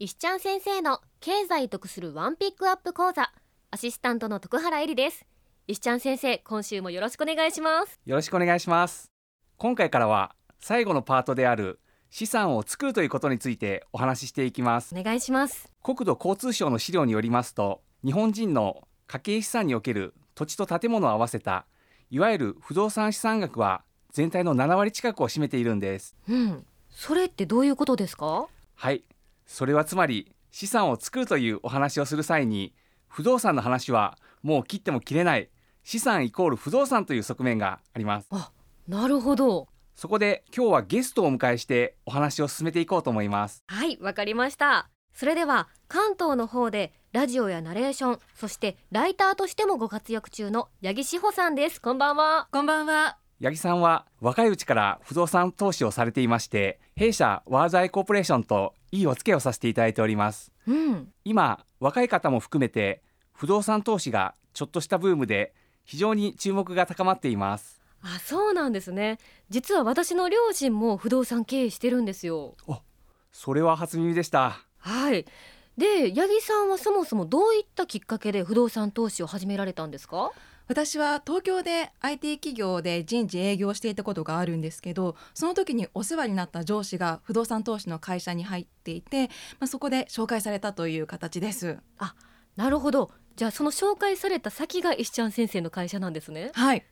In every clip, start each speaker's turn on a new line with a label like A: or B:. A: 石ちゃん先生の経済得するワンピックアップ講座アシスタントの徳原恵里です石ちゃん先生今週もよろしくお願いします
B: よろしくお願いします今回からは最後のパートである資産を作るということについてお話ししていきます
A: お願いします
B: 国土交通省の資料によりますと日本人の家計資産における土地と建物を合わせたいわゆる不動産資産額は全体の7割近くを占めているんです
A: うん、それってどういうことですか
B: はいそれはつまり資産を作るというお話をする際に不動産の話はもう切っても切れない資産イコール不動産という側面があります
A: なるほど
B: そこで今日はゲストをお迎えしてお話を進めていこうと思います。
A: はいわかりましたそれでは関東の方でラジオやナレーションそしてライターとしてもご活躍中の八木志保さんですこんばんは
C: こんばんは。
B: 八木さんは若いうちから不動産投資をされていまして、弊社ワーザイコーポレーションといいお付き合いをさせていただいております。
A: うん、
B: 今、若い方も含めて不動産投資がちょっとしたブームで非常に注目が高まっています。
A: あ、そうなんですね実は私の両親も不動産経営してるんですよ
B: それは初耳でした。
A: はい。で、八木さんはそもそもどういったきっかけで不動産投資を始められたんですか？
C: 私は東京で IT 企業で人事営業をしていたことがあるんですけどその時にお世話になった上司が不動産投資の会社に入っていて、まあ、そこで紹介されたという形です
A: なるほど。じゃあその紹介された先が石ちゃん先生の会社なんですね。
C: はい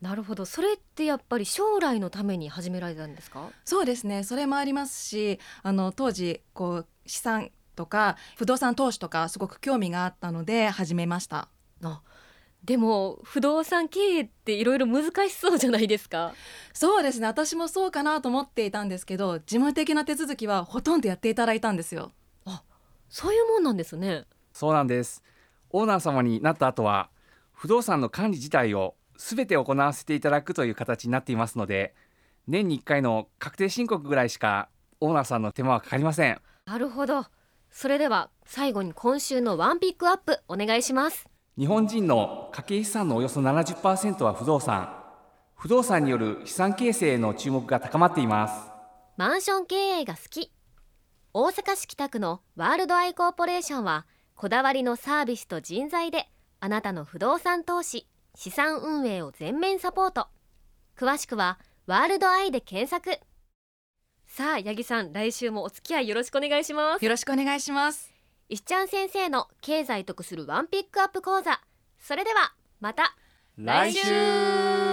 A: なるほど。それってやっぱり将来のために始められたんですか？
C: そうですねそれもありますしあの当時こう資産とか不動産投資とかすごく興味があったので始めました
A: でも不動産経営っていろいろ難しそうじゃないですか？
C: そうですね私もそうかなと思っていたんですけど事務的な手続きはほとんどやっていただいたんですよ
A: そういうもんなんですね。
B: そうなんです。オーナー様になった後は不動産の管理自体をすべて行わせていただくという形になっていますので、年に1回の確定申告ぐらいしかオーナーさんの手間はかかりません。
A: なるほど。それでは最後に今週のワンピックアップお願いします。
B: 日本人の家計資産のおよそ70%は不動産。不動産による資産形成への注目が高まっています。
A: マンション経営が好き大阪市北区のワールドアイコーポレーションはこだわりのサービスと人材であなたの不動産投資資産運営を全面サポート詳しくはワールドアイで検索さあ八木さん来週もお付き合いよろしくお願いします
C: よろしくお願いします
A: 石ちゃん先生の経済得するワンピックアップ講座それではまた来週